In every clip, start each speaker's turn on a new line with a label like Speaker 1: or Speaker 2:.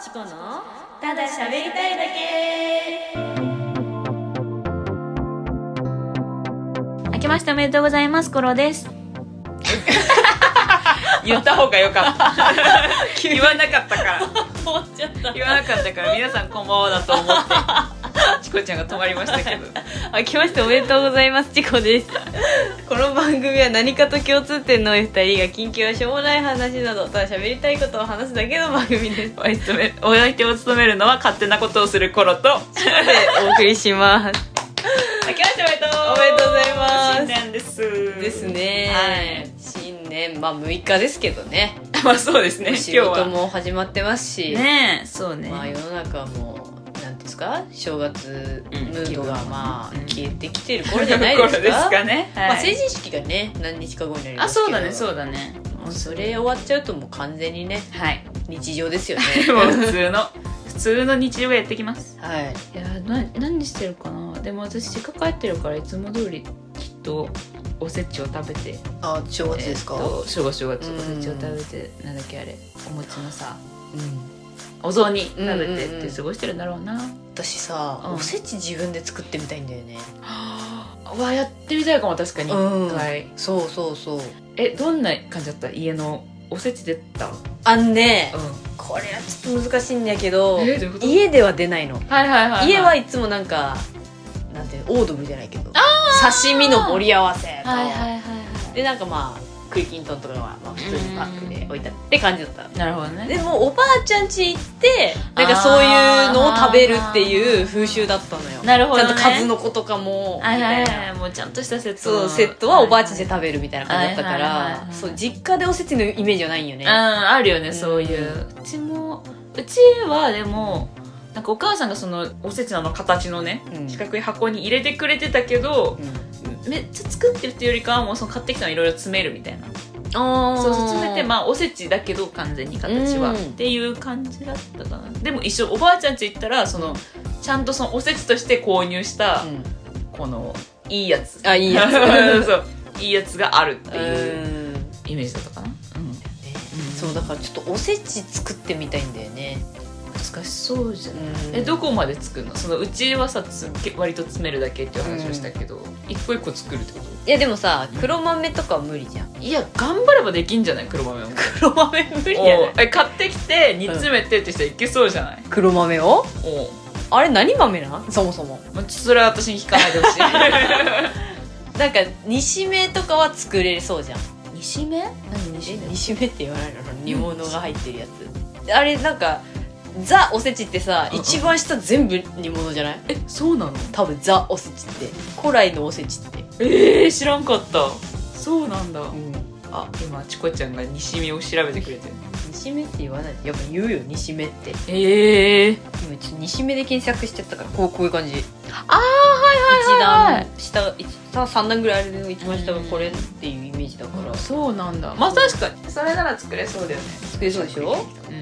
Speaker 1: チコのただ喋りたいだけ明けましておめでとうございますコロです
Speaker 2: 言った方が良かった 言わなかったから
Speaker 1: 終わっちゃった
Speaker 2: 言わなかったから皆さんこんばんはだと思ってチコちゃんが止まりましたけど
Speaker 1: 明けましておめでとうございますチコです この番組は何かと共通点の多い二人が緊急やしょうもない話などただ喋りたいことを話すだけの番組です
Speaker 2: お相手めお相手を務めるのは勝手なことをする頃と
Speaker 1: でお送りします
Speaker 2: 明けましておめでとう
Speaker 1: おめでとうございます
Speaker 2: 新年です
Speaker 1: ですね、
Speaker 2: はい
Speaker 1: 新年まあ6日ですけどね
Speaker 2: まあそうですね今
Speaker 1: 仕
Speaker 2: 日は
Speaker 1: 事も始まってますし、
Speaker 2: ねえそうね、
Speaker 1: まあ世の中もなんていうんですか正月ム
Speaker 2: うん
Speaker 1: ードがまあ
Speaker 2: うん
Speaker 1: 消えてきてる頃じゃないですか
Speaker 2: ところですかね、はい
Speaker 1: まあ、成人式がね何日か後になりま
Speaker 2: あ
Speaker 1: すけど
Speaker 2: そうだねそうだね
Speaker 1: それ終わっちゃうともう完全にね
Speaker 2: はい
Speaker 1: 日常ですよね
Speaker 2: でも普通の普通の日常がやってきます
Speaker 1: はい
Speaker 2: いやーな何してるかなでも私実家帰ってるからいつも通りきっとおせちを食べて
Speaker 1: あ正月ですか、
Speaker 2: えーっと正月正月
Speaker 1: うん
Speaker 2: おせちを食べてなんだっけあれお餅のさ
Speaker 1: うん
Speaker 2: お雑煮食べ
Speaker 1: うん
Speaker 2: て
Speaker 1: うんうん
Speaker 2: って過ごしてるんだろうな、
Speaker 1: 私さ、
Speaker 2: うん
Speaker 1: おせち自分で作ってみたいんだよね
Speaker 2: うわやってみたいかも確かに
Speaker 1: うん
Speaker 2: 一回、
Speaker 1: そうそうそう
Speaker 2: えどんな感じだった家のおせち出た、うん、
Speaker 1: あのね
Speaker 2: は
Speaker 1: これはちょっと難しいんだけど
Speaker 2: えどういうこと
Speaker 1: 家では出ないの
Speaker 2: いはいはい、
Speaker 1: 家はいつもなんかなんていうのオードブルじゃないけど刺身の盛り合わせと、
Speaker 2: はいはいはいは
Speaker 1: でなんかまあ栗きんとんとかはまあ普通にパックで置いたって感じだった
Speaker 2: いなるほどね
Speaker 1: でもおばあちゃん家行ってなんかそういうのを食べるっていう風習だったのよ
Speaker 2: なるほど、ね、
Speaker 1: ちゃんと数の子とかもみ
Speaker 2: はいは
Speaker 1: た
Speaker 2: い
Speaker 1: い
Speaker 2: はい
Speaker 1: な
Speaker 2: もうちゃんとしたセット
Speaker 1: そ
Speaker 2: の
Speaker 1: うセットはおばあちゃん家で食べるみたいな感じだったか
Speaker 2: はいはいはい
Speaker 1: ら
Speaker 2: はい
Speaker 1: そう実家でおせちのイメージはないんよね
Speaker 2: うん、あるよね、
Speaker 1: ん
Speaker 2: そういう。うちも、うちはでも、なんかお母さんがそのおせちのあの形のね、
Speaker 1: うん
Speaker 2: 四角い箱に入れてくれてたけど、めっちゃ作ってるっていうよりかはもうその買ってきたのいろいろ詰めるみたいな。
Speaker 1: あ
Speaker 2: そうそう、詰
Speaker 1: め
Speaker 2: めて、まあおせちだけど完全に形
Speaker 1: う
Speaker 2: は。
Speaker 1: ん
Speaker 2: っていう感じだったかな。でも一緒、おばあちゃん家行ったら、その、ちゃんとそのおせちとして購入した、この、いいやつ。
Speaker 1: あいいやつ
Speaker 2: そう。いいやつがあるっていうう
Speaker 1: うん
Speaker 2: イメージだったかな。うん。
Speaker 1: そうだからちょっとおせち作ってみたいんだよね、
Speaker 2: 難しそうじゃない
Speaker 1: うん
Speaker 2: えどこまで作るのそのうちはさつけ割と詰めるだけっていう話をしたけど、一個一個作るってこと
Speaker 1: いやでもさ黒豆とかは無理じゃん
Speaker 2: いや頑張ればできんじゃない黒豆も
Speaker 1: 黒豆無理
Speaker 2: おうえ買ってきて煮詰めてって人はいけそうじゃない、
Speaker 1: 黒豆を
Speaker 2: おう
Speaker 1: あれ何豆なんそもそも
Speaker 2: まあちょそれは私に聞かないでほしい
Speaker 1: なんか煮しめとかは作れそうじゃん
Speaker 2: 煮しめ
Speaker 1: 何煮 しめ煮しめって言わないの煮物が入ってるやつあれなんかザおせちってさ、
Speaker 2: うんうん
Speaker 1: 一番下全部煮物じゃない
Speaker 2: えそうなの
Speaker 1: 多分ザおせちって古来のおせちって、
Speaker 2: えー、知らんかったそうなんだ
Speaker 1: ん、
Speaker 2: あ今チコちゃんが煮しみを調べてくれてる
Speaker 1: 煮しめって言わないやっぱ言うよ煮しめって
Speaker 2: ええー、
Speaker 1: 今ちょっと煮しめで検索しちゃったからこうこういう感じ
Speaker 2: あはいはいはい
Speaker 1: 一段下一段3段ぐらいあるの一番下がこれっていうイメージだから
Speaker 2: そうなんだまあ確かにそれなら作れそうだよね
Speaker 1: 作れそうでしょ
Speaker 2: う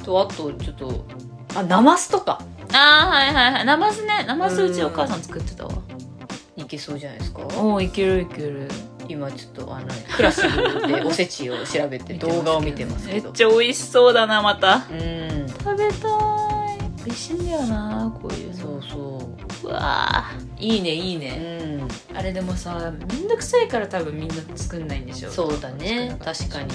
Speaker 2: ん
Speaker 1: とあとちょっとあナマスとか
Speaker 2: あーはいはいはいナマスねナマス
Speaker 1: うん
Speaker 2: うちお母さん作ってたわ
Speaker 1: いけそうじゃないですか
Speaker 2: おおいけるいける
Speaker 1: 今ちょっとあのクラシルでおせちを調べ て動画を見てますけ
Speaker 2: め
Speaker 1: ど
Speaker 2: っちゃ美味しそうだなまた
Speaker 1: うん
Speaker 2: 食べたい美味しいんだよなこういう
Speaker 1: そ
Speaker 2: の
Speaker 1: うそう
Speaker 2: うわーいいねいいうね
Speaker 1: ん
Speaker 2: あれでもさめんどくさいから多分みんな作んないんでしょ
Speaker 1: そうだね確かに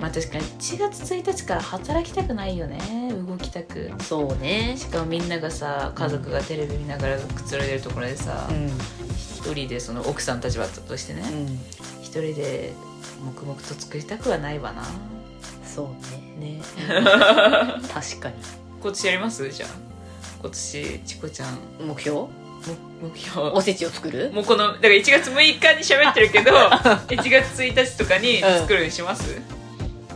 Speaker 2: まあ確かに1月1日から働きたくないよね動きたく
Speaker 1: そうね
Speaker 2: しかもみんながさ家族がテレビ見ながらくつろいでるところでさ
Speaker 1: うん
Speaker 2: 一、人でその奥さんたちはとしてね、
Speaker 1: うん
Speaker 2: 一人で黙々と作りたくはないわな
Speaker 1: そうね
Speaker 2: ね
Speaker 1: 確かに
Speaker 2: 今年やりますじゃあ今年チコちゃん
Speaker 1: 目標
Speaker 2: 目目標
Speaker 1: おせちを作る
Speaker 2: もうこのだから1月6日に喋って るけど1月1日とかに作るにします、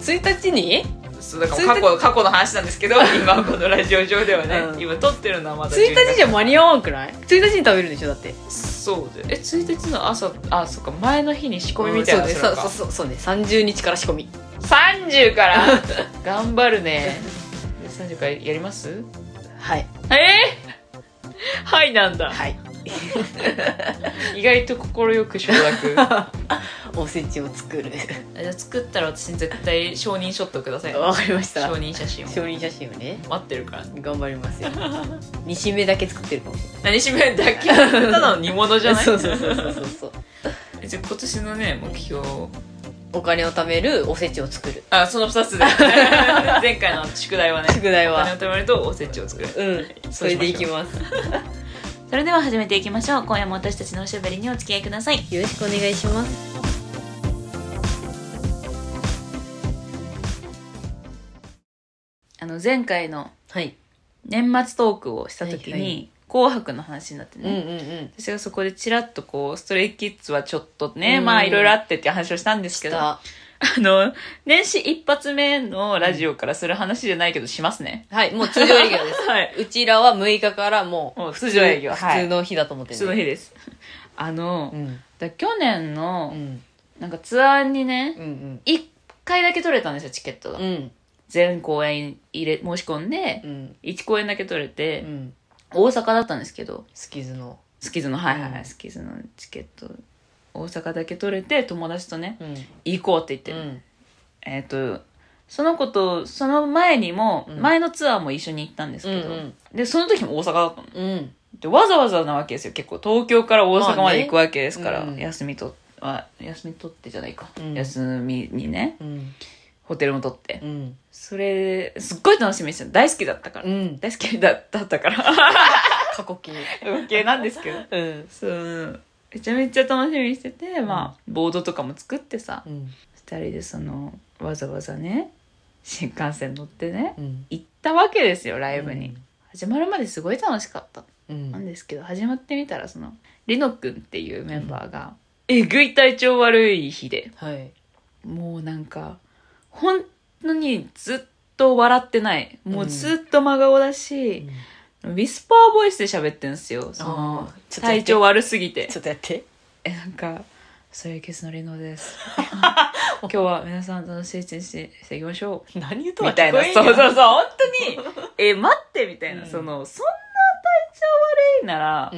Speaker 1: 1日に
Speaker 2: そうだからもう過去過去の話なんですけど今このラジオ上ではね、
Speaker 1: うん
Speaker 2: 今撮ってるのはまだ
Speaker 1: 1日じゃ間
Speaker 2: に
Speaker 1: に合わんくない ?1 日に食べるんでしょだって
Speaker 2: そうでえ1日の朝あそっか前の日に仕込みみたいなの
Speaker 1: うん
Speaker 2: す
Speaker 1: そ
Speaker 2: る
Speaker 1: うね
Speaker 2: のか
Speaker 1: そうそうそうね30日から仕込み
Speaker 2: 30から 頑張るねで30からやります
Speaker 1: はい
Speaker 2: えー、はいなんだ
Speaker 1: はい
Speaker 2: 意外と快く承諾
Speaker 1: おおせちを作 る
Speaker 2: あじゃあ作ったら私に絶対承認ショットくださいね
Speaker 1: わかりました
Speaker 2: 承認写真を
Speaker 1: 承認写真をね
Speaker 2: 待ってるから
Speaker 1: 頑張りますよ 煮しめだけ作ってるかもしれない
Speaker 2: 何しめだけただの煮物じゃない
Speaker 1: そうそうそうそうそうそう
Speaker 2: じゃあ今年のね目標
Speaker 1: お金を貯めるおせちを作る
Speaker 2: あその2つで 前回の宿題はね
Speaker 1: 宿題
Speaker 2: お金を
Speaker 1: は
Speaker 2: 貯めるとおせちを作る
Speaker 1: うんそれでいきます
Speaker 2: それでは始めていきましょう今夜も私たちのおしゃべりにお付き合いください
Speaker 1: よろしくお願いします
Speaker 2: あの前回の
Speaker 1: はい
Speaker 2: 年末トークをした時に「
Speaker 1: はいはい
Speaker 2: 紅白」の話になって
Speaker 1: うんう
Speaker 2: ね、
Speaker 1: んうん
Speaker 2: 私がそこでちらっとこう、ストレイキッズはちょっとね、
Speaker 1: うん
Speaker 2: まあいろいろあってっていう話をしたんですけど、あ
Speaker 1: は
Speaker 2: の、年始一発目のラジオからする話じゃないけどしますね。
Speaker 1: いもう通常営業です
Speaker 2: はい。
Speaker 1: うちらは6日からも
Speaker 2: もう
Speaker 1: う
Speaker 2: 通常営業
Speaker 1: 普
Speaker 2: はい
Speaker 1: 通の日だと思って
Speaker 2: その日です。あの
Speaker 1: う、ん
Speaker 2: だ去年
Speaker 1: う
Speaker 2: の、
Speaker 1: ん
Speaker 2: なんかツアーにね
Speaker 1: う、ん
Speaker 2: 一回だけ取れたんですよ、チケットが。
Speaker 1: うん
Speaker 2: 全公演入れ、申し込んで
Speaker 1: う、ん
Speaker 2: 一公演だけ取れ
Speaker 1: う
Speaker 2: て、
Speaker 1: ん
Speaker 2: 大阪だったんですけど、
Speaker 1: スキズの
Speaker 2: スキズの、はいはいは
Speaker 1: うん
Speaker 2: い、スキズのチケット、大阪だけ取れて、友達とね、
Speaker 1: うん
Speaker 2: 行こうって言って
Speaker 1: う、ん
Speaker 2: えっ、と、その子と、その前にも、
Speaker 1: うん
Speaker 2: 前のツアーも一緒に行ったんですけど、
Speaker 1: うん
Speaker 2: で、その時も大阪だったの。
Speaker 1: うん
Speaker 2: で、わざわざなわけですよ。結構、東京から大阪まで行くわけですから、
Speaker 1: まあねうん
Speaker 2: 休みと、あ、休み取ってじゃないか。
Speaker 1: うん
Speaker 2: 休みにね、
Speaker 1: うん
Speaker 2: ホテルも取って。
Speaker 1: うん
Speaker 2: それ、すっごい楽しみでした。大好きだったから。
Speaker 1: うん
Speaker 2: 大好きだだったから。
Speaker 1: 過去期
Speaker 2: 余計なんですけど。
Speaker 1: うん
Speaker 2: そう。めちゃめちゃ楽しみにしてて、まあ、ボードとかも作ってさ、
Speaker 1: うん
Speaker 2: 二人でその、わざわざね、新幹線乗ってね、
Speaker 1: うん
Speaker 2: 行ったわけですよライブに、始まるまですごい楽しかった
Speaker 1: うんうん
Speaker 2: なんですけど始まってみたらそのりのくんっていうメンバーが、えぐい体調悪い日で
Speaker 1: はい
Speaker 2: もうなんか本当にずっと笑ってないもうずっと真顔だし、ウィスパーボイスで喋ってんすよその
Speaker 1: あーちょっとやって
Speaker 2: 体調悪すぎて
Speaker 1: ちょっとやって
Speaker 2: えなんか「それケスのり のです」 今日は皆さん楽しい一日にしていきましょう
Speaker 1: 何言う
Speaker 2: みたいな。そうそうそう、本当に。 え、待って、みたいな。
Speaker 1: うん
Speaker 2: その、そんな体調悪いなら、
Speaker 1: う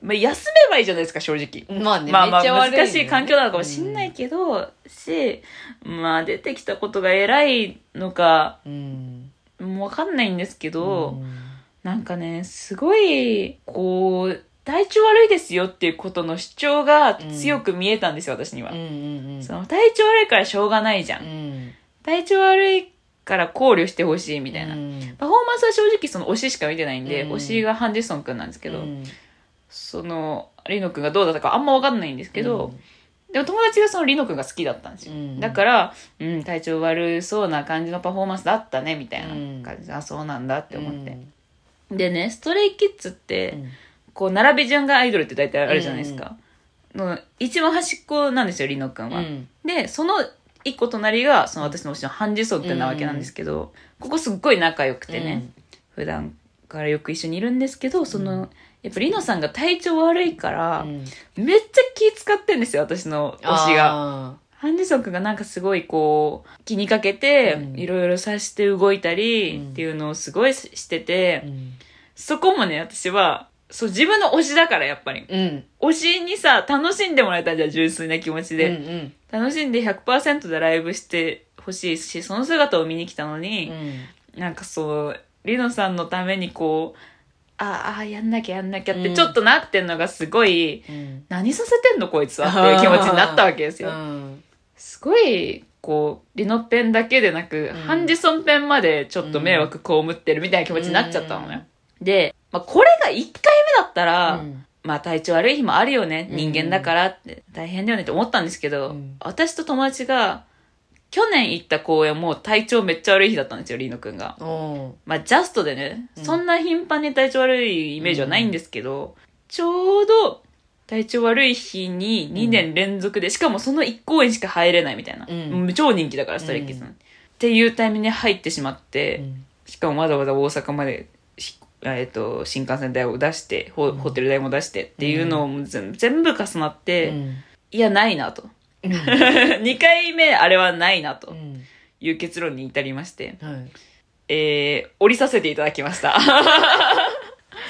Speaker 2: まあ、休めばいいじゃないですか、正直。
Speaker 1: んまあね
Speaker 2: まあま
Speaker 1: めっちゃ
Speaker 2: あ
Speaker 1: 悪いね
Speaker 2: 難しい環境なのかもしんないけど、し、まあ出てきたことが偉いのか、
Speaker 1: うん
Speaker 2: もうわかんないんですけど、
Speaker 1: うん
Speaker 2: なんかね、すごい、こう、体調悪いですよっていうことの主張が強く見えたんですよ、私には
Speaker 1: うんう。んうん
Speaker 2: その体調悪いからしょうがないじゃん。
Speaker 1: うん
Speaker 2: 体調悪いから考慮してほしいみたいな。
Speaker 1: うん
Speaker 2: パフォーマンスは正直その推ししか見てないんで、
Speaker 1: うん
Speaker 2: 推しがハンジェソンくんなんですけ
Speaker 1: う
Speaker 2: ど、
Speaker 1: ん
Speaker 2: そのリノくんがどうだったかあんま分かんないんですけど、でも友達がそのリノくんが好きだったんですよ、
Speaker 1: うん
Speaker 2: だから、うん、体調悪そうな感じのパフォーマンスだったねみたいな
Speaker 1: うん
Speaker 2: 感じで、あそうなんだって思って
Speaker 1: う、ん
Speaker 2: でねストレイキッズって、
Speaker 1: うん
Speaker 2: こう並び順がアイドルって大体あるじゃないですか、の一番端っこなんですよリノくんは、
Speaker 1: うん
Speaker 2: でその一個隣がその私の推しのハンジェソンくんなわけなんですけど、ここすっごい仲良くてね、普段からよく一緒にいるんですけどその、
Speaker 1: う
Speaker 2: やっぱりのさんが体調悪いから、
Speaker 1: うん
Speaker 2: めっちゃ気使ってんですよ私の推しが。
Speaker 1: あ
Speaker 2: ハンジソン君がなんかすごいこう気にかけて、
Speaker 1: うん
Speaker 2: いろいろさして動いたり
Speaker 1: うん
Speaker 2: っていうのをすごいししてて、
Speaker 1: ーうん
Speaker 2: そこもね私はそう自分の推しだからやっぱり
Speaker 1: うん
Speaker 2: 推しにさ楽しんでもらえたじゃん純粋な気持ちで、
Speaker 1: うん
Speaker 2: 楽しんで100%でライブしてほしいしその姿を見に来たのに、
Speaker 1: うんうん
Speaker 2: なんかそう、リノさんのためにこう、ああ、やんなきゃやんなきゃっ
Speaker 1: う
Speaker 2: て
Speaker 1: ん
Speaker 2: ちょっとなってんのがすごい、
Speaker 1: うん
Speaker 2: 何させてんのこいつはっていう気持ちになったわけです
Speaker 1: う
Speaker 2: よ。
Speaker 1: ん
Speaker 2: すごい、こう、リノペンだけでなく、
Speaker 1: うん
Speaker 2: ハンジソンペンまでちょっと迷惑被ってるみたいな気持ちになっちゃったのよ。で、まあ、これが1回目だったら、まあ体調悪い日もあるよね、
Speaker 1: うん
Speaker 2: 人間だからって、大変だよねって思ったんですけど、
Speaker 1: うん
Speaker 2: 私と友達が、去年行った公演も体調めっちゃ悪い日だったんですよ、リノくんが。
Speaker 1: お
Speaker 2: まあ、ジャストでね、
Speaker 1: うん
Speaker 2: そんな頻繁に体調悪いイメージはないんですけど、ちょうど体調悪い日に2年連続で、しかもその1公演しか入れないみたいな、
Speaker 1: うん
Speaker 2: もう超人気だからストレッキーさん、っていうタイミングに入ってしまって、しかもわざわざ大阪までし、えっと新幹線代を出してホホテル代も出してっていうのを全全部重なって、いやないなと 2回目あれはないなという結論に至りまして、えー降りさせていただきました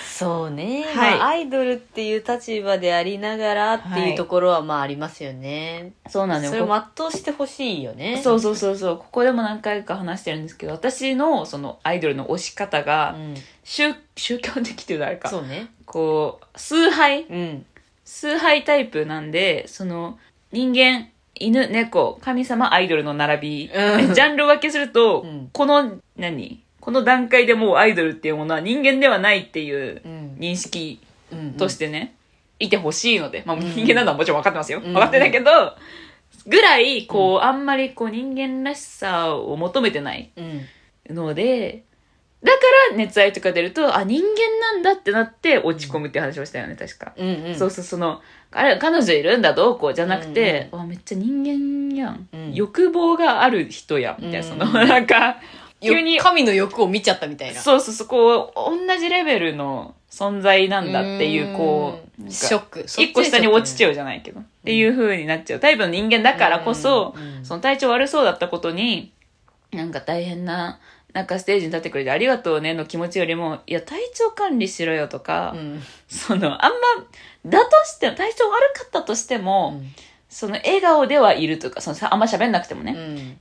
Speaker 1: そうね、
Speaker 2: はい
Speaker 1: まあ、アイドルっていう立場でありながらって
Speaker 2: は
Speaker 1: いう
Speaker 2: い
Speaker 1: ところはまあありますよね、
Speaker 2: そうなんです
Speaker 1: それを全うしてほしいよね
Speaker 2: そうそうそうそうここでも何回か話してるんですけど私のそのアイドルの推し方が、
Speaker 1: うん、
Speaker 2: 宗宗教的っていうのはあれか
Speaker 1: そうね
Speaker 2: こう崇拝
Speaker 1: うん
Speaker 2: 崇拝タイプなんでその人間犬猫神様アイドルの並び、
Speaker 1: うん
Speaker 2: ジャンル分けすると、
Speaker 1: うん
Speaker 2: この何この段階でもうアイドルっていうものは人間ではないっていう
Speaker 1: うん
Speaker 2: 認識
Speaker 1: うん
Speaker 2: としてね、いてほしいので、まあ、
Speaker 1: うん
Speaker 2: 人間なのはもちろん分かってますよ、
Speaker 1: うん
Speaker 2: 分かってないけど、ぐらいこう、あんまりこう人間らしさを求めてない
Speaker 1: うん
Speaker 2: のでだから熱愛とか出るとあ人間なんだってなって落ち込むっていう話をしたよね確か、
Speaker 1: うんうん
Speaker 2: そうそうそのあれ彼女いるんだどうこうじゃなくて、わめっちゃ人間やん、
Speaker 1: うん
Speaker 2: 欲望がある人やんみたいな、その
Speaker 1: うん
Speaker 2: なんか急に
Speaker 1: よ神の欲を見ちゃったみたいな
Speaker 2: そうそうそうこう同じレベルの存在なんだっていうこうなんか
Speaker 1: ショック
Speaker 2: 一個下に落ちち
Speaker 1: ゃ
Speaker 2: ゃうじゃないけど、っていう風になっちゃうタイプの人間だからこそ、
Speaker 1: うんうん
Speaker 2: その体調悪そうだったことになんか大変ななんかステージに立ってくれてありがとうねの気持ちよりもいや体調管理しろよとか、
Speaker 1: うん
Speaker 2: そのあんまだとしても体調悪かったとしても、その笑顔ではいるとかそのさあんま喋んなくてもね、
Speaker 1: うん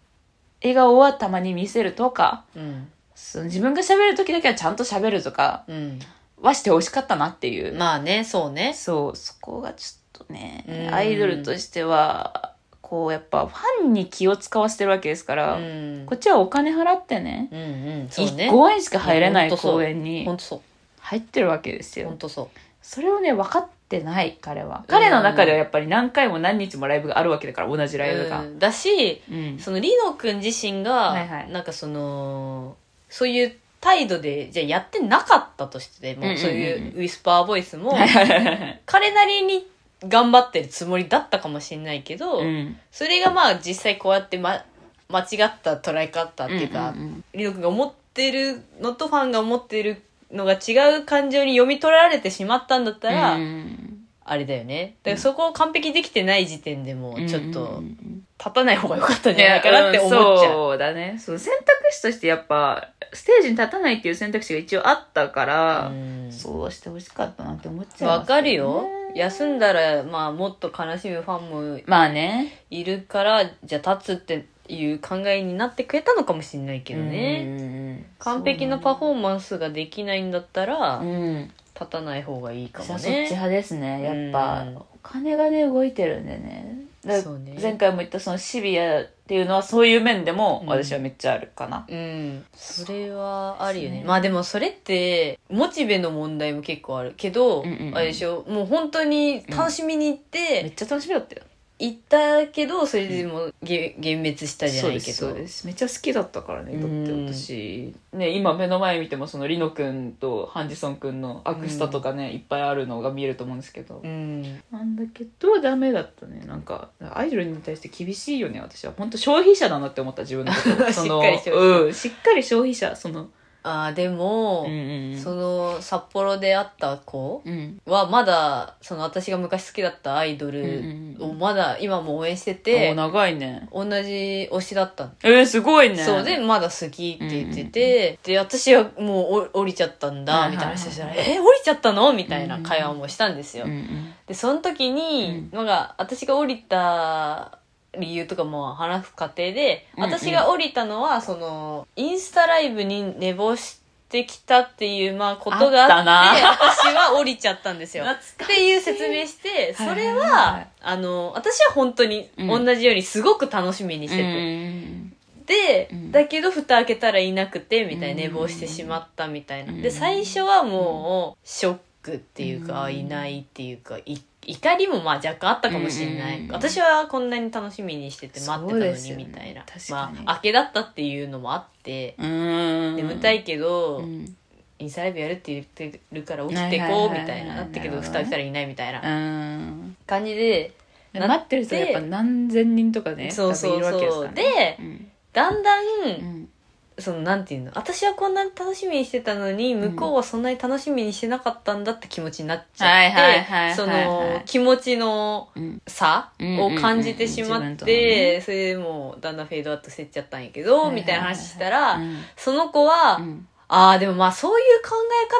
Speaker 2: 笑顔はたまに見せるとか
Speaker 1: うん
Speaker 2: その自分が喋る時だけはちゃんと喋るとか
Speaker 1: うん
Speaker 2: はしてほしかったなっていう
Speaker 1: まあねそうね
Speaker 2: そうそこがちょっとね、
Speaker 1: うん
Speaker 2: アイドルとしてはこうやっぱファンに気を使わせてるわけですか
Speaker 1: う
Speaker 2: ら、
Speaker 1: ん
Speaker 2: こっちはお金払ってね
Speaker 1: うんうんそう
Speaker 2: 1
Speaker 1: ね
Speaker 2: 公演しか入れない
Speaker 1: いやほんとそう
Speaker 2: 公演に
Speaker 1: 本当そ
Speaker 2: 入ってるわけです
Speaker 1: う
Speaker 2: よ
Speaker 1: 本当そう
Speaker 2: それをね分かってない彼は彼の中ではやっぱり何回も何日もライブがあるわけだから同じライブが、
Speaker 1: うんだし
Speaker 2: うん
Speaker 1: そのリノ君自身が、
Speaker 2: はいはい
Speaker 1: なんかそのそういう態度でじゃあやってなかったとしても、
Speaker 2: うんうんうん
Speaker 1: そういうウィスパーボイス も、
Speaker 2: はいはいはいはい
Speaker 1: 彼なりに頑張ってるつもりだったかもしれないけど、
Speaker 2: うん
Speaker 1: それがまあ実際こうやって、ま、間違った捉え方っていうか、
Speaker 2: んんん
Speaker 1: リノ君が思ってるのとファンが思ってるのが違う感情に読み取られてしまったんだったら、
Speaker 2: うん
Speaker 1: あれだよねだからそこを完璧できてない時点でもうちょっ
Speaker 2: うんうんう
Speaker 1: と
Speaker 2: ん
Speaker 1: 立たない方が良かったんじゃないかなって思っちゃ
Speaker 2: いやん
Speaker 1: う。
Speaker 2: そうだねその選択肢としてやっぱステージに立たないっていう選択肢が一応あったから、
Speaker 1: うん
Speaker 2: そうしてほしかったなって思っちゃい
Speaker 1: わ
Speaker 2: ます
Speaker 1: か
Speaker 2: よ
Speaker 1: る
Speaker 2: ね
Speaker 1: よ休んだら、まあ、もっと悲しむファンも
Speaker 2: まあね
Speaker 1: いるからじゃあ立つっていう考えになってくれたのかもしれないけどね
Speaker 2: ね
Speaker 1: 完璧なパフォーマンスができないんだったら
Speaker 2: うん
Speaker 1: 立たない方がいいか
Speaker 2: 私
Speaker 1: も
Speaker 2: はそっち
Speaker 1: ね
Speaker 2: 派ですねやっぱ、
Speaker 1: うん
Speaker 2: お金がね動いてるんでねだ
Speaker 1: そうね
Speaker 2: 前回も言ったそのシビアっていうのはそういう面でも
Speaker 1: うん
Speaker 2: 私はめっちゃあるかな、
Speaker 1: うんそれはあるよ
Speaker 2: そう
Speaker 1: ね
Speaker 2: ね
Speaker 1: まあでもそれってモチベの問題も結構あるけど、
Speaker 2: うんうんうん
Speaker 1: あれでしょもう本当に楽しみに行っ
Speaker 2: めってちゃ楽しみだったよ
Speaker 1: 行ったけどそれでもげ幻滅したじゃ
Speaker 2: そう
Speaker 1: な
Speaker 2: で
Speaker 1: いけ
Speaker 2: す
Speaker 1: ど
Speaker 2: そうですめっちゃ好きだったからねだって
Speaker 1: うん
Speaker 2: 私、ね、今目の前見てもそのリノ君とハンジソン君のアクスタとかね、いっぱいあるのが見えると思うんですけど、
Speaker 1: うん
Speaker 2: なんだけどダメだったねなんかアイドルに対して厳しいよね私は本当消費者だなって思った自分のこ
Speaker 1: しっ
Speaker 2: と
Speaker 1: かり
Speaker 2: そ
Speaker 1: 消
Speaker 2: の
Speaker 1: 費者
Speaker 2: うん、しっかり消費者その
Speaker 1: ああでも、
Speaker 2: ん
Speaker 1: その札幌で会った子
Speaker 2: うん
Speaker 1: はまだその私が昔好きだったアイドル
Speaker 2: うんうん
Speaker 1: を
Speaker 2: う
Speaker 1: まだ今も応援して
Speaker 2: で
Speaker 1: て
Speaker 2: 長いね
Speaker 1: 同じ推しだったの
Speaker 2: えー、すごいね
Speaker 1: そうでまだ好きって言っててで私はもうお降りちゃったんだ
Speaker 2: はいはいは
Speaker 1: みた
Speaker 2: い
Speaker 1: いな話をしたら「え降りちゃったの?」みたいな会話もしたんですよ
Speaker 2: うんうん
Speaker 1: でその時になんか私が降りた理由とかも話す過程で
Speaker 2: うんうん
Speaker 1: 私が降りたのはそのインスタライブに寝坊してきたっていうまあことがあって
Speaker 2: あったな
Speaker 1: 私は降りちゃったんですよ。
Speaker 2: 懐か
Speaker 1: っていう説明してそ
Speaker 2: はいはい
Speaker 1: れ
Speaker 2: はい
Speaker 1: はあの私は本当に同じようにすごく楽しみにしてて。で、
Speaker 2: うん
Speaker 1: だけど蓋開けたらいなくてみたいな
Speaker 2: うん
Speaker 1: 寝坊してしまったみたいな、
Speaker 2: うん
Speaker 1: で最初はもうショックっていうか、
Speaker 2: うん
Speaker 1: いないっていうかい怒りもまあ若干あったかもしれない、
Speaker 2: うん
Speaker 1: 私はこんなに楽しみにしてて待ってた
Speaker 2: そ
Speaker 1: の
Speaker 2: うです
Speaker 1: に
Speaker 2: よね
Speaker 1: みたいな、
Speaker 2: 確か
Speaker 1: ま
Speaker 2: に
Speaker 1: あ明けだったっていうのもあって、
Speaker 2: うん
Speaker 1: 眠たいけど、
Speaker 2: うん
Speaker 1: インスタライブやるって言ってるから起きてこうみた
Speaker 2: はいはいは
Speaker 1: い
Speaker 2: いは
Speaker 1: ないだったけど
Speaker 2: なるほどね
Speaker 1: 蓋開けたらいないみたいな
Speaker 2: うん
Speaker 1: 感じで、
Speaker 2: で待ってる人がやっぱ何千人とかね
Speaker 1: そうそう
Speaker 2: 多分いるわ
Speaker 1: そ
Speaker 2: け
Speaker 1: う
Speaker 2: です
Speaker 1: で
Speaker 2: からね
Speaker 1: だんだ
Speaker 2: うんん
Speaker 1: そのなんていうの私はこんなに楽しみにしてたのに
Speaker 2: うん
Speaker 1: 向こうはそんなに楽しみにしてなかったんだって気持ちになっち
Speaker 2: はいはい
Speaker 1: ゃっ
Speaker 2: はい
Speaker 1: てそ
Speaker 2: はいは
Speaker 1: の
Speaker 2: い
Speaker 1: 気持ちの
Speaker 2: うん
Speaker 1: 差
Speaker 2: うんうんう
Speaker 1: を
Speaker 2: ん
Speaker 1: 感じてしまって、
Speaker 2: 自分とのね
Speaker 1: それでもうだんだんフェードアウトしてっちゃったんやけど、
Speaker 2: はいはいはい
Speaker 1: みたいな話した
Speaker 2: う
Speaker 1: ら、
Speaker 2: ん
Speaker 1: その子は、
Speaker 2: うん
Speaker 1: ああでもまあそういう考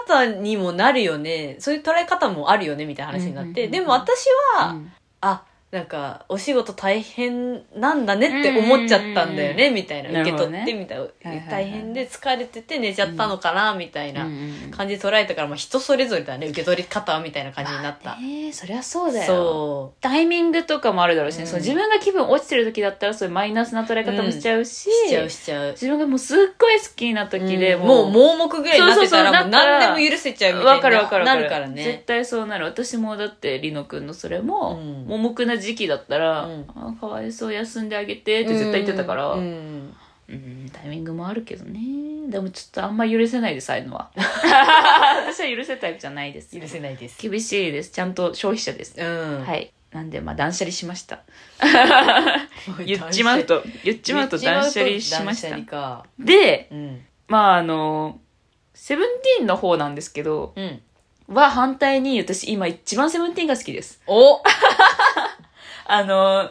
Speaker 1: え方にもなるよねそういう捉え方もあるよねみたいな話になっ
Speaker 2: うんうんうんう
Speaker 1: て
Speaker 2: ん
Speaker 1: でも私は、
Speaker 2: うん
Speaker 1: あなんかお仕事大変なんだねって思っちゃったんだよねみたいな
Speaker 2: な
Speaker 1: 受
Speaker 2: る
Speaker 1: け
Speaker 2: ほど
Speaker 1: 取
Speaker 2: ね
Speaker 1: ってみたいな
Speaker 2: はいはいはい
Speaker 1: 大変で疲れてて寝ちゃったのかなみたいな
Speaker 2: うんうん
Speaker 1: 感じで捉えたから、まあ、人それぞれだね受け取り方はみたいな感じになった
Speaker 2: まあ。ねそりゃそうだよ
Speaker 1: そ
Speaker 2: タイミングとかもあるだろうしね、
Speaker 1: うん
Speaker 2: その自分が気分落ちてる時だったらそういうマイナスな捉え方もしちゃうし,、
Speaker 1: うしちゃうしちゃう。
Speaker 2: 自分がもうすっごい好きな時で、
Speaker 1: うんもう
Speaker 2: う
Speaker 1: 盲目ぐらいになってたら
Speaker 2: そうそうそう
Speaker 1: もう
Speaker 2: なったら
Speaker 1: 何でも許せちゃうみたい
Speaker 2: わ
Speaker 1: に
Speaker 2: かるわかる
Speaker 1: な
Speaker 2: わる
Speaker 1: るから
Speaker 2: 絶
Speaker 1: ね。
Speaker 2: 対そうなる私もだってりのくんのそれも、
Speaker 1: うん
Speaker 2: 盲目な時期だったら、
Speaker 1: うん
Speaker 2: あかわいそう休んであげてって絶対言ってたから、
Speaker 1: う
Speaker 2: うんんタイミングもあるけどねでもちょっとあんま許せないですああいうの は私は許せタイプじゃないです
Speaker 1: 許せないです。
Speaker 2: 厳しいですちゃんと消費者です、
Speaker 1: うん。
Speaker 2: はいなんでまあ断捨離しま した
Speaker 1: おい
Speaker 2: 言っちまう。と言っちまうと断捨離しまし
Speaker 1: 断捨
Speaker 2: た
Speaker 1: 離か。
Speaker 2: で
Speaker 1: うん。
Speaker 2: まああのセブンティーンの方なんですけど
Speaker 1: うん。
Speaker 2: は反対に私今一番セブンティーンが好きです
Speaker 1: お
Speaker 2: あの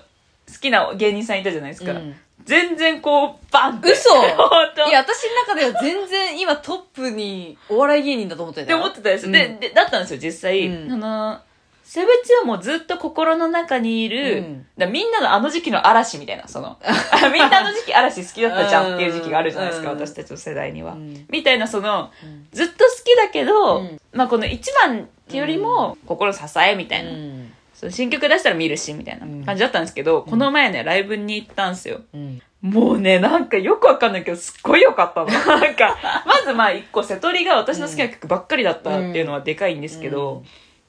Speaker 2: 好きな芸人さんいたじゃないですか、
Speaker 1: うん
Speaker 2: 全然こうバンって
Speaker 1: 嘘
Speaker 2: 本当
Speaker 1: いや、私の中では全然今トップにお笑い芸人だと思って
Speaker 2: ったて
Speaker 1: よ
Speaker 2: 思ってたんです、
Speaker 1: うん
Speaker 2: ででだったんですよ実際、
Speaker 1: うん
Speaker 2: あのセブチはもうずっと心の中にいる、
Speaker 1: うん
Speaker 2: だからみんなのあの時期の嵐みたいなその みんなあの時期嵐好きだったじゃんっていう時期があるじゃないですか、
Speaker 1: うん
Speaker 2: 私たちの世代には、
Speaker 1: うん
Speaker 2: みたいなその
Speaker 1: うん
Speaker 2: ずっと好きだけど、
Speaker 1: うん
Speaker 2: まあこの一番っていうよりも心の支えみたいな、
Speaker 1: うん
Speaker 2: その新曲出したら見るしみたいな感じだったんですけど、この前ねライブに行ったんですよ
Speaker 1: うん。
Speaker 2: もうね、なんかよくわかんないけど、すっごい良 かったの。なんか、まずまあ一個、瀬戸りが私の好きな曲ばっかりだったっていうのはでかいんですけど、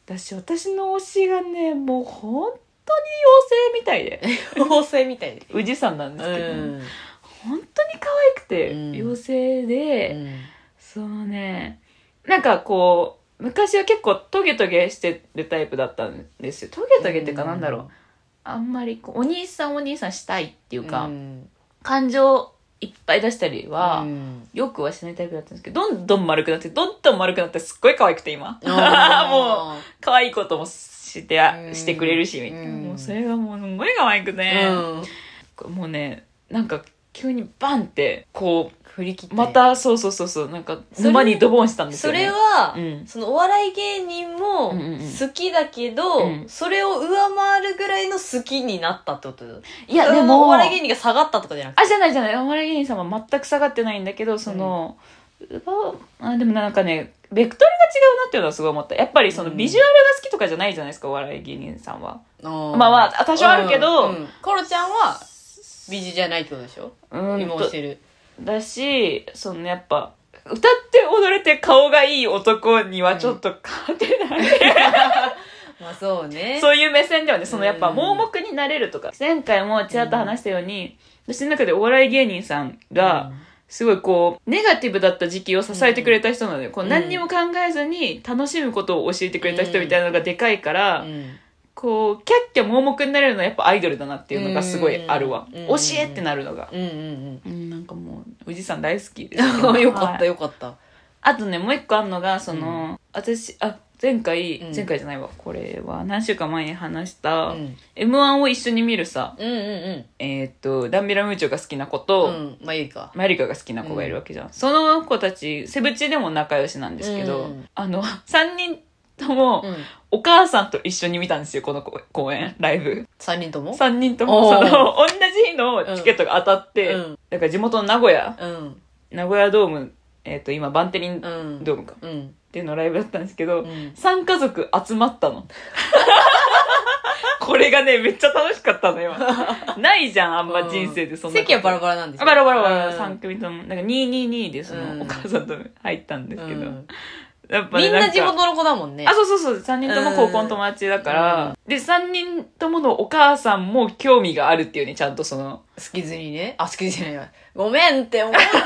Speaker 2: 私、私の推しがね、もう本当に妖精みたいで、
Speaker 1: 妖精みたいで。
Speaker 2: 宇治さんなんですけど、
Speaker 1: うん
Speaker 2: 本当に可愛くて、
Speaker 1: うん
Speaker 2: 妖精で、
Speaker 1: うん
Speaker 2: そうね、なんかこう、昔は結構トゲトゲしてるタイプだったんですよ。トゲトゲっていうかなんだろう。
Speaker 1: うん
Speaker 2: あんまりこう、お兄さんお兄さんしたいっていうか、
Speaker 1: うん
Speaker 2: 感情いっぱい出したりは、
Speaker 1: うん
Speaker 2: よくはしないタイプだったんですけど、どんどん丸くなって、どんどん丸くなって、すっごい可愛くて今。もう、
Speaker 1: あ
Speaker 2: 可愛いこともしてあ
Speaker 1: う、ん
Speaker 2: してくれるし、みたいな。
Speaker 1: うん
Speaker 2: もうそれがもう、すごい可愛く
Speaker 1: ー
Speaker 2: ね、
Speaker 1: うん
Speaker 2: もうね、なんか、急にバンって、こ
Speaker 1: 振り切っ
Speaker 2: う、
Speaker 1: て
Speaker 2: また、そうそうそうそう、なんか、
Speaker 1: それ
Speaker 2: 沼にドボンしたんです
Speaker 1: そ
Speaker 2: よ、ね。
Speaker 1: れは、
Speaker 2: うん
Speaker 1: そのお笑い芸人も
Speaker 2: うんうんうん
Speaker 1: 好きだけど、
Speaker 2: うん
Speaker 1: それを上回るぐらいの好きになったってことい
Speaker 2: いや、でも、
Speaker 1: お笑い芸人が下がったとかじゃなくて
Speaker 2: あ、じゃないじゃない。お笑い芸人さんは全く下がってないんだけど、その、うわあでもなんかね、ベクトルが違うなっていうのはすごい思った。やっぱりその
Speaker 1: うん
Speaker 2: ビジュアルが好きとかじゃないじゃないですか、お笑い芸人さんは。まあまあ多少あるけど
Speaker 1: うんうんコロちゃんは美人じゃないってことでしょ
Speaker 2: うん
Speaker 1: 今推してる
Speaker 2: だし、そのやっぱ、歌って踊れて顔がいい男にはちょっと勝てない。
Speaker 1: まあそうね
Speaker 2: そういう目線ではね、そのやっぱ
Speaker 1: うん
Speaker 2: 盲目になれるとか。前回もちらっと話したように、私の中でお笑い芸人さんが、すごいこう、ネガティブだった時期を支えてくれた人なのよ。こう
Speaker 1: うん
Speaker 2: 何にも考えずに楽しむことを教えてくれた人みたいなのがでかいから、
Speaker 1: うん
Speaker 2: こう、キャッキャ盲目になれるのはやっぱアイドルだなっていうのがすごいあるわ。
Speaker 1: うん
Speaker 2: 教えってなるのが。
Speaker 1: うんうん
Speaker 2: うん、なんかもう、宇治さん大好きで
Speaker 1: うん よかった
Speaker 2: よ。
Speaker 1: よかった
Speaker 2: あとね、もう一個あるのが、その、私、あ、前回、
Speaker 1: うん
Speaker 2: 前回じゃないわ、これは何週間前に話した、
Speaker 1: うん
Speaker 2: M1 を一緒に見るさ、
Speaker 1: うんうん
Speaker 2: えーっと、ダンビラムーチョが好きな子
Speaker 1: うん
Speaker 2: と、
Speaker 1: うんまあゆいか
Speaker 2: マユリカが好きな子がいるわけじゃん、その子たちセブチでも仲良しなんですけ
Speaker 1: う
Speaker 2: ど、
Speaker 1: ん
Speaker 2: あの3人 とも
Speaker 1: うん
Speaker 2: お母さんと一緒に見たんですよこの公公演ライブ
Speaker 1: 3人とも
Speaker 2: 3人と
Speaker 1: お
Speaker 2: もそ
Speaker 1: ー
Speaker 2: の同じ日のチケットが当たって、
Speaker 1: うん
Speaker 2: だから地元の名古屋
Speaker 1: うん
Speaker 2: 名古屋ドーム、えっと今バンテリン
Speaker 1: う
Speaker 2: ド
Speaker 1: ん
Speaker 2: ームか、っ
Speaker 1: うん
Speaker 2: ていうのライブだったんですけ
Speaker 1: う
Speaker 2: ど、
Speaker 1: ん
Speaker 2: 三3家族集まったのこれがねめっちゃ楽しかったのよないじゃんあんま人生でそんなこと
Speaker 1: 席はバラバラなんです
Speaker 2: バラバラバラ、
Speaker 1: うん
Speaker 2: 3組とも、なんか222でそ
Speaker 1: うん
Speaker 2: のお母さんと入ったんですけど、
Speaker 1: うん
Speaker 2: やっぱ
Speaker 1: み
Speaker 2: ね
Speaker 1: んな
Speaker 2: か
Speaker 1: 地元の子だもんね
Speaker 2: あ、そうそうそう、3人とも高校の友達だから、で、3人とものお母さんも興味があるっていうね、ちゃんとその、
Speaker 1: 好きずにね。あ、好きずじゃないわ。ごめんって思わないでよ。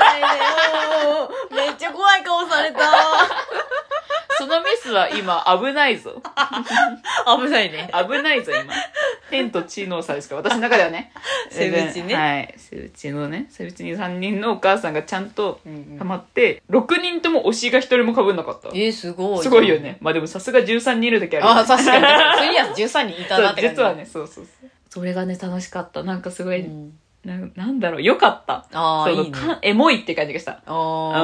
Speaker 1: めっちゃ怖い顔された。
Speaker 2: そのミスは今危ないぞ。
Speaker 1: 危ないね。
Speaker 2: 危ない ぞ、今。天と地の差ですから、私の中ではね。
Speaker 1: セブチね
Speaker 2: はい。セブチのね、セブチに3人のお母さんがちゃんと
Speaker 1: うんうん
Speaker 2: ハマって、6人とも推しが1人も被んなかった。
Speaker 1: えー、すごい。
Speaker 2: すごいよ。ね。まあでもさすが13人いるだけあるよね。
Speaker 1: あ、確かに。そういうやつ13人いたなって感じ。
Speaker 2: 実はね そうそうそうそれがね楽しかったなんかすご
Speaker 1: う
Speaker 2: い、
Speaker 1: ん。
Speaker 2: ななんだろうよかった
Speaker 1: ああ、
Speaker 2: その
Speaker 1: いいね。
Speaker 2: かエモいって感じがした
Speaker 1: あ
Speaker 2: う
Speaker 1: あ。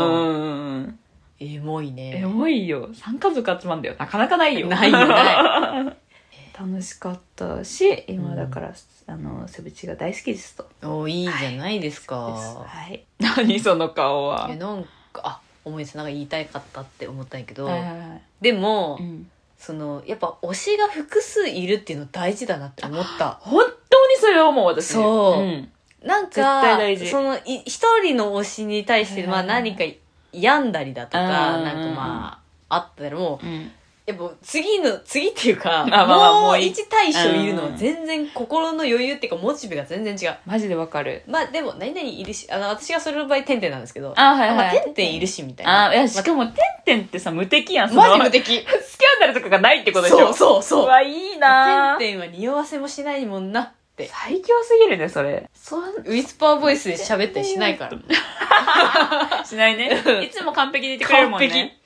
Speaker 2: ん
Speaker 1: エモい
Speaker 2: エ
Speaker 1: ね
Speaker 2: モいよ3家族集まんだよなかなかないよ
Speaker 1: ないよな
Speaker 2: 楽しかったし今だから、あのセブチが大好きですと
Speaker 1: おいいじゃないですか、
Speaker 2: ですはい、何その顔は
Speaker 1: えなんかあ思い出したなんか言いたかったって思ったんやけど、
Speaker 2: はいはいはい
Speaker 1: でも、
Speaker 2: うん
Speaker 1: そのやっぱ推しが複数いるっていうの大事だなって思った
Speaker 2: 本当にそれは思う私ね
Speaker 1: そう
Speaker 2: うん
Speaker 1: なん
Speaker 2: 絶
Speaker 1: か
Speaker 2: 対大事
Speaker 1: そのい一人の推しに対して、まあ、
Speaker 2: はいはいはい
Speaker 1: 何か病んだりだとか
Speaker 2: うん
Speaker 1: なんかまああったらもう
Speaker 2: うん
Speaker 1: やっぱ次の次っていうか、
Speaker 2: まあまあ
Speaker 1: も
Speaker 2: も
Speaker 1: う
Speaker 2: うい
Speaker 1: 一対象いる
Speaker 2: う
Speaker 1: の
Speaker 2: ん
Speaker 1: 全然心の余裕っていうかモチベが全然違う
Speaker 2: マジでわかる
Speaker 1: まあでも何々いるしあの私がそれの場合てんてんなんですけど
Speaker 2: あは
Speaker 1: まあ、てんてんいるしみたいな
Speaker 2: あいやしかも「てんてん」ってさ無敵やんその
Speaker 1: マジ無敵
Speaker 2: スキャンダルとかがないってことでし
Speaker 1: そ
Speaker 2: ょ
Speaker 1: うそうそう
Speaker 2: わいいなぁ
Speaker 1: てんてんは匂わせもしないもんなって
Speaker 2: 最強すぎるねそれ
Speaker 1: そウィスパーボイスで喋ったりしないから
Speaker 2: しないね
Speaker 1: うん
Speaker 2: いつも完璧に言ってくれるもん
Speaker 1: 完璧
Speaker 2: ね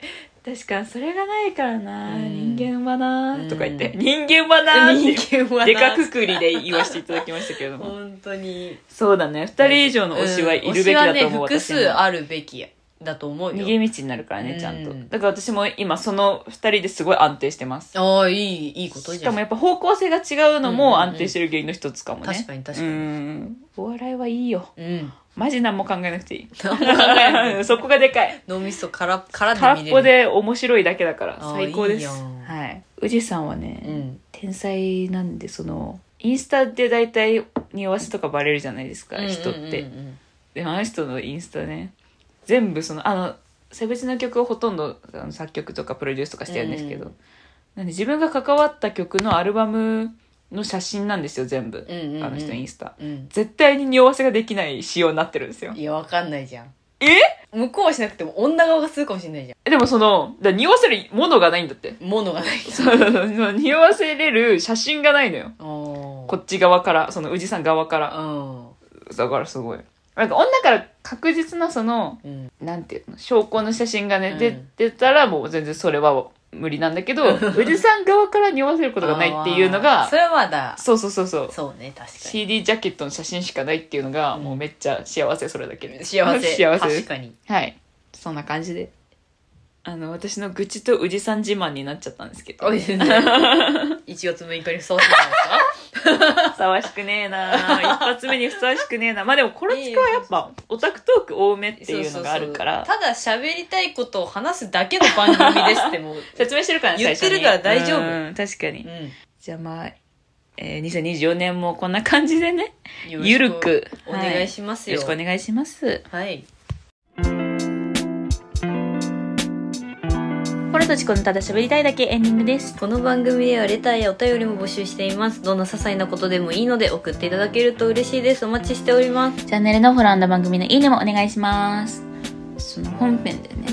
Speaker 2: 確かにそれがないからな
Speaker 1: うん
Speaker 2: ぁ人間はなぁとか言って
Speaker 1: う
Speaker 2: 人間はなぁって
Speaker 1: 人間はな
Speaker 2: でかくくりで言わせていただきましたけれども
Speaker 1: 本当に
Speaker 2: そうだね二人以上の推しはいるべきだと思
Speaker 1: 推し
Speaker 2: う私も
Speaker 1: はね複数あるべきだと思う
Speaker 2: 逃
Speaker 1: よ
Speaker 2: げ道になるからねちゃんと
Speaker 1: うん
Speaker 2: だから私も今その二人ですごい安定してます
Speaker 1: ああいいいいこと
Speaker 2: し
Speaker 1: じゃ
Speaker 2: か
Speaker 1: ん
Speaker 2: もやっぱ方向性が違
Speaker 1: うんう
Speaker 2: うの
Speaker 1: んう
Speaker 2: も
Speaker 1: ん
Speaker 2: 安定してる原因の一つかもね
Speaker 1: 確かに確かに
Speaker 2: うんお笑いはいいよ
Speaker 1: うん
Speaker 2: マジ何も考えなくていい
Speaker 1: 何も考 えない
Speaker 2: そこがでかい
Speaker 1: 脳みそからから
Speaker 2: 空
Speaker 1: で
Speaker 2: っ
Speaker 1: 見れる
Speaker 2: ぽで面白いだけだから
Speaker 1: あー
Speaker 2: 最高で
Speaker 1: い
Speaker 2: す
Speaker 1: いやん
Speaker 2: はい宇治さんはね、
Speaker 1: うん
Speaker 2: 天才なんでそのインスタで大体匂わせとかバレるじゃないですか、人って、
Speaker 1: うんうんうん
Speaker 2: でもあの人のインスタね全部そのあのセブチの曲をほとんどあの作曲とかプロデュースとかしてるんですけど、
Speaker 1: うん
Speaker 2: なんで自分が関わった曲のアルバムの写真なんですよ全部、
Speaker 1: うんうんうん
Speaker 2: あの人のインスタ
Speaker 1: うんうん
Speaker 2: 絶対に匂わせができない仕様になってるんですよ
Speaker 1: いやわかんないじゃん
Speaker 2: え
Speaker 1: 向こうはしなくても女側がするかもしれないじゃ
Speaker 2: でもそのだから匂わせるものがないんだって
Speaker 1: んものがない
Speaker 2: そうそうそうそう匂わせれる写真がないのよ
Speaker 1: お
Speaker 2: こっち側からその宇治さん側からだからすごいなんか女から確実なその
Speaker 1: うんうん
Speaker 2: なんていうの証拠の写真がね、
Speaker 1: うん
Speaker 2: 出てたらもう全然それは無理なんだけ ど宇治さん側から匂わせることがないっていうの
Speaker 1: あー
Speaker 2: が
Speaker 1: それはまだ
Speaker 2: そうそうそうそう
Speaker 1: そうね確か
Speaker 2: CD ジャケットの写真しかないっていうのが
Speaker 1: うん
Speaker 2: もうめっちゃ幸せそれだけで
Speaker 1: に幸せ
Speaker 2: 幸せ
Speaker 1: 確
Speaker 2: です
Speaker 1: かに
Speaker 2: はいそんな感じであの私の愚痴と宇治さん自慢になっちゃったんですけど
Speaker 1: おいしいね1月6日にふさわしいんじゃないです か
Speaker 2: ふさわしくねえな 一発目にふさわしくねえなまあでもコロチカはやっぱオタクトーク多めっていうのがあるから
Speaker 1: そうそうそうただ喋りたいことを話すだけの番組ですって もう、
Speaker 2: 説明してるからね
Speaker 1: 言ってる
Speaker 2: 最初に
Speaker 1: から大丈夫
Speaker 2: うん確かに
Speaker 1: うん
Speaker 2: じゃあまあ、えー、2024年もこんな感じでね
Speaker 1: よろし
Speaker 2: ゆるく
Speaker 1: お願いします
Speaker 2: よ
Speaker 1: よ
Speaker 2: ろしくお願いします
Speaker 1: はい
Speaker 2: コロとチコのただ喋りたいだけエンディングです
Speaker 1: この番組ではレターやお便りも募集していますどんな些細なことでもいいので送っていただけると嬉しいですお待ちしております、
Speaker 2: チャンネルのフォロー番組のいいねもお願いしますその本編でね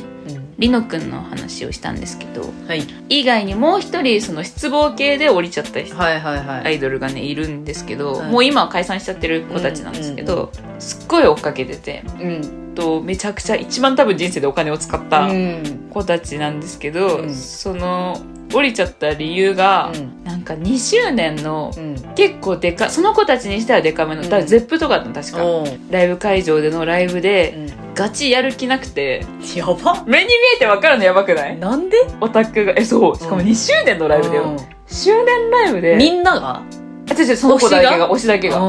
Speaker 2: りのくんの話をしたんですけど
Speaker 1: はい、
Speaker 2: 以外にもう一人その失望系で降りちゃった人
Speaker 1: はいはいはい
Speaker 2: アイドルがねいるんですけど、
Speaker 1: はい
Speaker 2: もう今は解散しちゃってる子たちなんですけど、
Speaker 1: うんう
Speaker 2: すっごい追っかけてて
Speaker 1: うん
Speaker 2: とめちゃくちゃ一番多分人生でお金を使った
Speaker 1: うん
Speaker 2: 子たちなんですけど、
Speaker 1: うん
Speaker 2: その降りちゃった理由が、
Speaker 1: うん
Speaker 2: なんか2周年の
Speaker 1: うん
Speaker 2: 結構でかその子たちにしてはでかめの、
Speaker 1: うん
Speaker 2: だからゼップとかだったの確か、
Speaker 1: おう
Speaker 2: ライブ会場でのライブ
Speaker 1: う
Speaker 2: で、
Speaker 1: ん
Speaker 2: ガチやる気なくて
Speaker 1: やば
Speaker 2: 目に見えて分かるのやばくない
Speaker 1: なんで
Speaker 2: オタクがえそうしかも
Speaker 1: うん
Speaker 2: 2周年のライブだよ、
Speaker 1: う
Speaker 2: 周年ライブで
Speaker 1: んみんなが
Speaker 2: あ違う違うその子だけが推
Speaker 1: 推
Speaker 2: しだけが
Speaker 1: う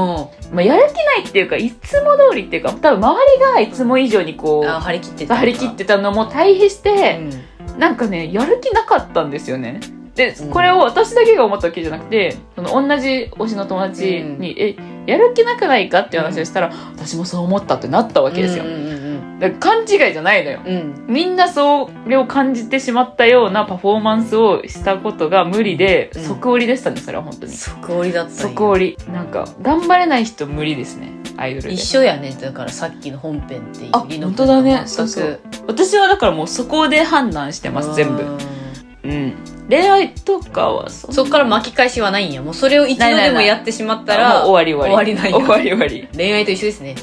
Speaker 2: まあ、やる気ないっていうかいつも通りっていうか多分周りがいつも以上にこ
Speaker 1: んあ
Speaker 2: う
Speaker 1: 張り切ってた
Speaker 2: 張り切ってたのも対比して、
Speaker 1: うん
Speaker 2: なんかねやる気なかったんですよねで
Speaker 1: うん
Speaker 2: これを私だけが思ったわけじゃなくてその同じ推しの友達に「えやる気なくないか?」っていう話をしたら、私もそう思ったってなったわけですよ、
Speaker 1: うんうん
Speaker 2: だから勘違いじゃないのよ
Speaker 1: うんうん
Speaker 2: みんなそれを感じてしまったようなパフォーマンスをしたことが無理で、
Speaker 1: うん
Speaker 2: 即折りでしたねそれは本当に
Speaker 1: 即折りだったんや
Speaker 2: 即折りなんか頑張れない人無理ですねアイドルで
Speaker 1: 一緒やねだからさっきの本編っていう
Speaker 2: あ
Speaker 1: リノ
Speaker 2: 本当だね
Speaker 1: 君と全く
Speaker 2: そうそう私はだからもうそこで判断してます全
Speaker 1: う
Speaker 2: 部
Speaker 1: ん
Speaker 2: うん恋愛とかはそんな
Speaker 1: そっから巻き返しはないんやもうそれを一度
Speaker 2: ないな
Speaker 1: で
Speaker 2: い
Speaker 1: も
Speaker 2: ない
Speaker 1: やってしまったら
Speaker 2: もう終わり終わり
Speaker 1: 終わりなんや
Speaker 2: 終わり終わ
Speaker 1: 恋愛と一緒ですね
Speaker 2: り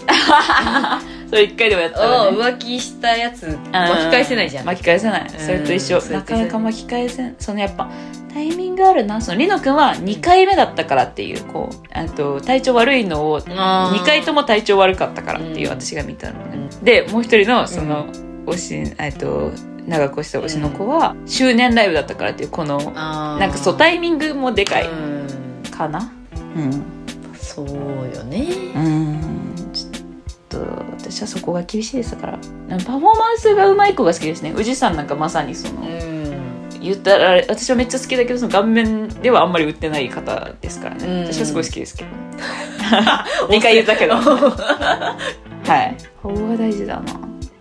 Speaker 2: それ一回でもやったら、
Speaker 1: あ
Speaker 2: ね、
Speaker 1: 浮気したやつ巻き返せないじゃん
Speaker 2: 巻き返せない
Speaker 1: ん
Speaker 2: それと一緒
Speaker 1: それ
Speaker 2: な
Speaker 1: と一
Speaker 2: か
Speaker 1: 緒
Speaker 2: なか巻き返せんそのやっぱタイミングあるなそのりのくんは2回目だったからっていうこうあと体調悪いのを
Speaker 1: 2
Speaker 2: 2回とも体調悪かったからっていう
Speaker 1: うん
Speaker 2: 私が見たのね、
Speaker 1: う
Speaker 2: でもう一人のその、推しえっと長越した推しの子は周年ライブだったからっていうこの
Speaker 1: あー
Speaker 2: なんかそうタイミングもでかい
Speaker 1: うん
Speaker 2: かなうん
Speaker 1: そうよね
Speaker 2: うんちょっと私はそこが厳しいですからパフォーマンスが上手い子が好きですね宇治さんなんかまさにその
Speaker 1: ん
Speaker 2: 言ったら私はめっちゃ好きだけどその顔面ではあんまり売ってない方ですからね、
Speaker 1: うん
Speaker 2: 私はすごい好きです けど二回言ったけどはいここが大事だな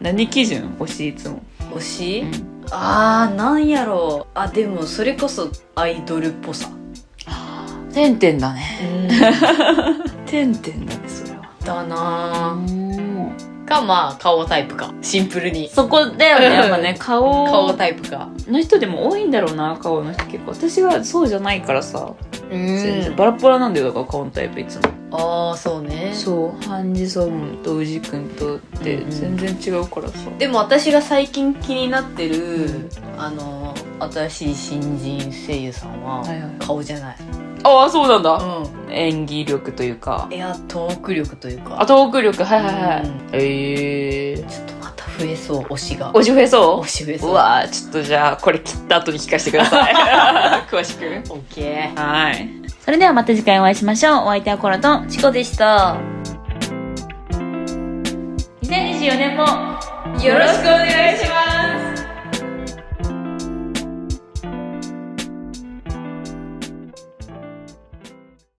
Speaker 2: 何基準推しいつも、
Speaker 1: 推し、
Speaker 2: うん
Speaker 1: あーなんやろうあでもそれこそアイドルっぽさ
Speaker 2: てんてんだね
Speaker 1: だ
Speaker 2: てんてんだねそれは
Speaker 1: なぁかまあ顔タイプかシンプルに
Speaker 2: そこだ よねやっぱね顔
Speaker 1: 顔タイプか
Speaker 2: の人でも多いんだろうな顔の人結構私はそうじゃないからさ、
Speaker 1: う
Speaker 2: 全然
Speaker 1: ん
Speaker 2: バラッバラなんだよだから顔のタイプいつも
Speaker 1: ああそうね
Speaker 2: そうハンジソンとウジ君とって全然違うからさ、
Speaker 1: でも私が最近気になってる、
Speaker 2: うん
Speaker 1: あの新しい新人声優さんは、
Speaker 2: はいはい
Speaker 1: 顔じゃない、
Speaker 2: ああそうなんだ、
Speaker 1: う
Speaker 2: 演技力というか
Speaker 1: ん、いやトーク力というか
Speaker 2: あトーク力はいはいはい、
Speaker 1: うん
Speaker 2: ええー、
Speaker 1: ちょっとまた増えそう推しが
Speaker 2: おじ増えそ
Speaker 1: 推し増え
Speaker 2: う
Speaker 1: そう
Speaker 2: うわーちょっとじゃあこれ切った後に聞かせてください 詳しく
Speaker 1: オッケー
Speaker 2: はいそれではまた次回お会いしましょうお相手はコロと
Speaker 1: チコでした
Speaker 2: 2024年も
Speaker 1: よろしくお願いします